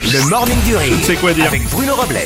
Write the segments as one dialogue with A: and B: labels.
A: Le Morning du Rire
B: C'est quoi dire
A: avec Bruno Robles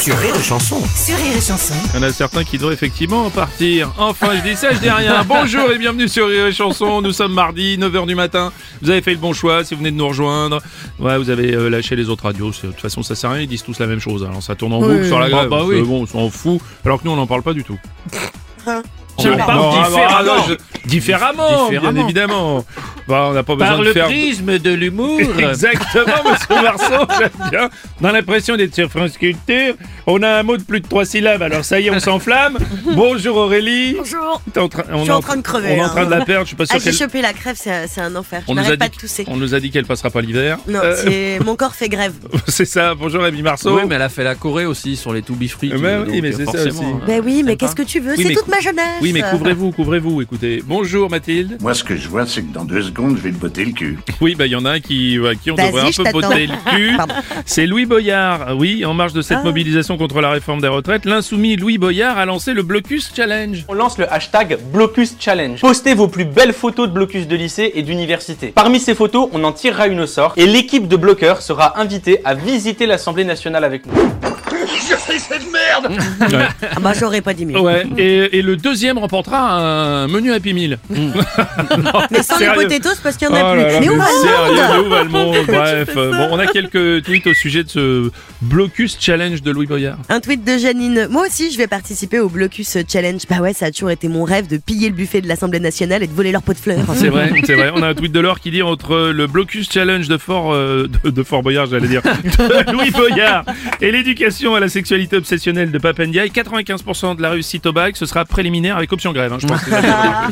A: sur Rire et Chanson.
C: sur Rire et Chanson.
B: Il y en a certains qui doivent effectivement partir. Enfin, je dis ça, je dis rien. Bonjour et bienvenue sur Rire et Chanson. Nous sommes mardi, 9h du matin. Vous avez fait le bon choix si vous venez de nous rejoindre. Ouais, vous avez euh, lâché les autres radios. C'est- De toute façon, ça sert à rien, ils disent tous la même chose. hein. Alors ça tourne en boucle sur la grève.
D: bah
B: parce
D: oui.
B: que Bon, on s'en fout. Alors que nous, on n'en parle pas du tout.
D: Je
B: On
D: parle
B: en parle
D: différemment.
B: ah, non, je- Différemment, bien
D: Différemment.
B: évidemment. Bah, on n'a pas besoin
D: Par
B: de
D: le
B: faire...
D: prisme de l'humour.
B: Exactement, monsieur Marceau, j'aime bien. On a l'impression d'être sur France Culture. On a un mot de plus de trois syllabes, alors ça y est, on s'enflamme. Bonjour Aurélie.
E: Bonjour.
B: T'es en train- on
E: Je suis
B: est
E: en train de crever,
B: On est en
E: hein.
B: train de la perdre, je suis pas
E: Ah,
B: sûr
E: j'ai
B: qu'elle.
E: chopé la crève, c'est c'est un enfer. Je
B: On nous, a
E: n'arrête pas
B: dit,
E: de tousser.
B: on nous a dit qu'elle passera pas l'hiver.
E: Non,
B: Euh,
E: c'est mon corps fait grève.
B: c'est ça. Bonjour Rémi Marceau.
D: Oui, mais elle a fait la Corée aussi sur les To Be Free.
B: Eh ben oui, mais c'est ça aussi.
D: hein.
E: Ben oui, mais qu'est-ce que tu veux
B: Oui, mais
E: C'est toute
B: cou-
E: ma jeunesse. Euh,
B: Oui, mais couvrez-vous, couvrez-vous. Écoutez, bonjour Mathilde.
F: Moi, ce que je vois, c'est que dans deux secondes, je vais te botter le cul.
B: Oui, bah il y en a un qui, à qui on
E: Vas-y,
B: devrait un
E: je
B: peu
E: t'attends.
B: botter le cul.
E: Pardon. Ah.
B: C'est Louis Boyard. Oui, en marge de cette mobilisation contre la réforme des retraites, l'insoumis Louis Boyard a lancé le Blocus Challenge.
G: On lance le hashtag Blocus Challenge. Postez vos plus belles photos de blocus de lycée et d'université. Parmi ces photos, on en tirera une au sort et l'équipe de bloqueurs sera invitée à visiter l'Assemblée nationale avec nous.
E: Ah, bah j'aurais pas dit mieux.
B: Ouais, et, et le deuxième remportera un menu Happy Meal.
E: mais sans les
B: Sérieux.
E: potatoes parce qu'il y
B: Oh
E: en
B: là
E: a plus.
B: là,
E: mais où va le
B: sérieux, mais
E: monde
B: où va le monde Bref, euh, bon, on a quelques tweets au sujet de ce blocus challenge de Louis Boyard.
E: Un tweet de Janine. Moi aussi, je vais participer au Blocus Challenge. Bah ouais, ça a toujours été mon rêve de piller le buffet de l'Assemblée nationale et de voler leurs pots de fleurs.
B: C'est vrai, c'est vrai. On a un tweet de Laure qui dit entre le blocus challenge de Fort, euh, de, de Fort Boyard, j'allais dire, de Louis Boyard et l'éducation à la sexualité obsessionnelle de Papendiaï, 95% de la réussite au bac, ce sera préliminaire avec option grève. hein, je pense que c'est ça.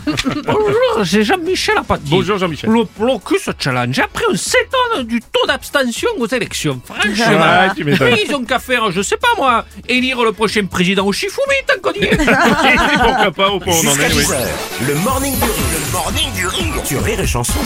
D: Bonjour, c'est Jean-Michel Apathy.
B: Bonjour Jean-Michel.
D: Le blocus challenge. Après, on s'étonne du taux d'abstention aux élections. Franchement.
B: Ouais, tu m'étonnes.
D: Ils ont qu'à faire, je sais pas moi, élire le prochain président au Chifoumi, tant qu'on y est.
B: Pourquoi pas au point où on en
A: Jusqu'à
B: est, oui.
A: 10h, le Morning du Rire, le Morning du Rire sur Rire et Chanson.